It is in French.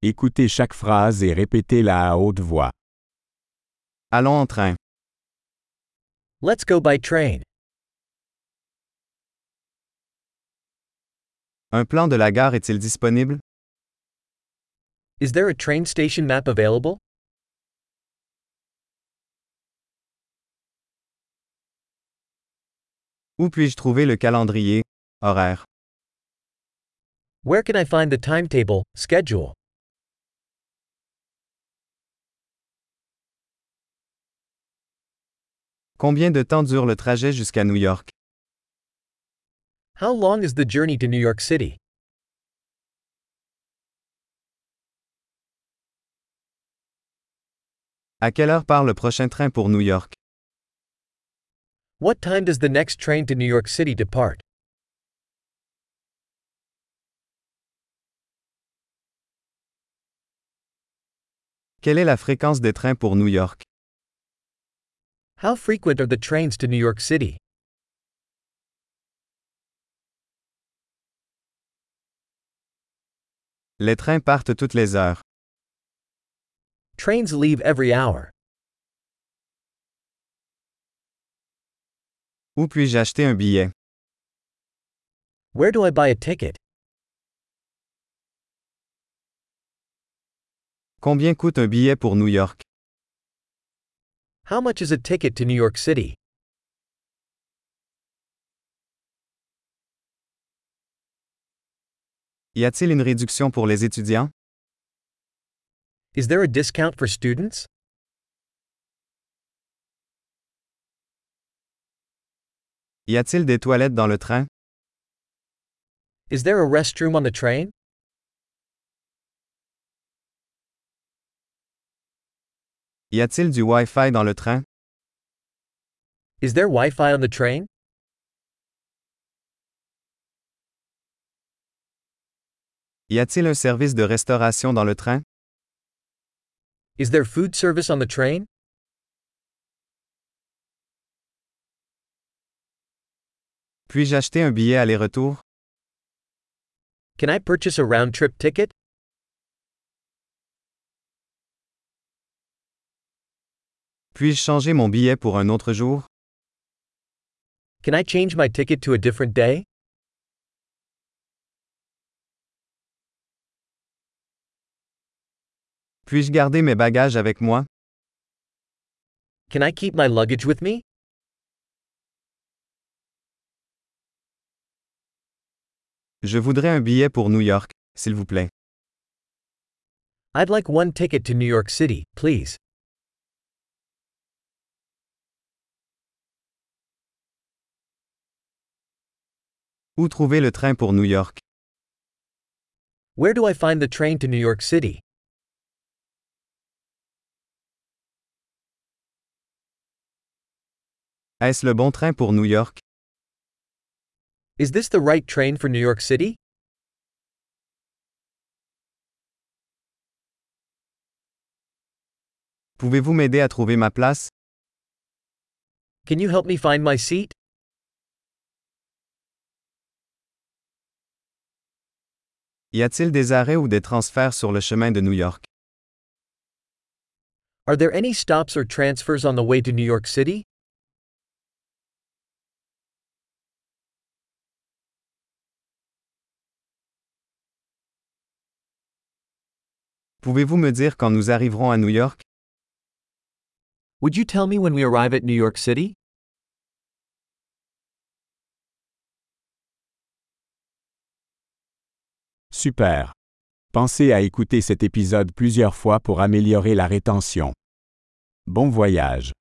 Écoutez chaque phrase et répétez-la à haute voix. Allons en train. Let's go by train. Un plan de la gare est-il disponible? Is there a train station map available? Où puis-je trouver le calendrier, horaire? Where can I find the timetable, schedule? Combien de temps dure le trajet jusqu'à New York? How long is the journey to New York City? À quelle heure part le prochain train pour New York? What time does the next train to New York City depart? Quelle est la fréquence des trains pour New York? How frequent are the trains to New York City? Les trains partent toutes les heures. Trains leave every hour. Où puis-je acheter un billet? Where do I buy a ticket? Combien coûte un billet pour New York? How much is a ticket to New York City? Y a-t-il une réduction pour les étudiants? Is there a discount for students? Y a-t-il des toilettes dans le train? Is there a restroom on the train? Y a-t-il du Wi-Fi dans le train? Is there Wi Fi on the train? Y a-t-il un service de restauration dans le train? Is there food service on the train? Puis-je acheter un billet aller-retour? Can I purchase a round trip ticket? Puis-je changer mon billet pour un autre jour? Can I change my ticket to a different day? Puis-je garder mes bagages avec moi? Can I keep my luggage with me? Je voudrais un billet pour New York, s'il vous plaît. I'd like one ticket to New York City, please. Où trouver le train pour New York? Where do I find the train to New York City? Est-ce le bon train pour New York? Is this the right train for New York City? Pouvez-vous m'aider à trouver ma place? Can you help me find my seat? Y a-t-il des arrêts ou des transferts sur le chemin de New York? Are there any stops or transfers on the way to New York City? Pouvez-vous me dire quand nous arriverons à New York? Would you tell me when we arrive at New York City? Super. Pensez à écouter cet épisode plusieurs fois pour améliorer la rétention. Bon voyage.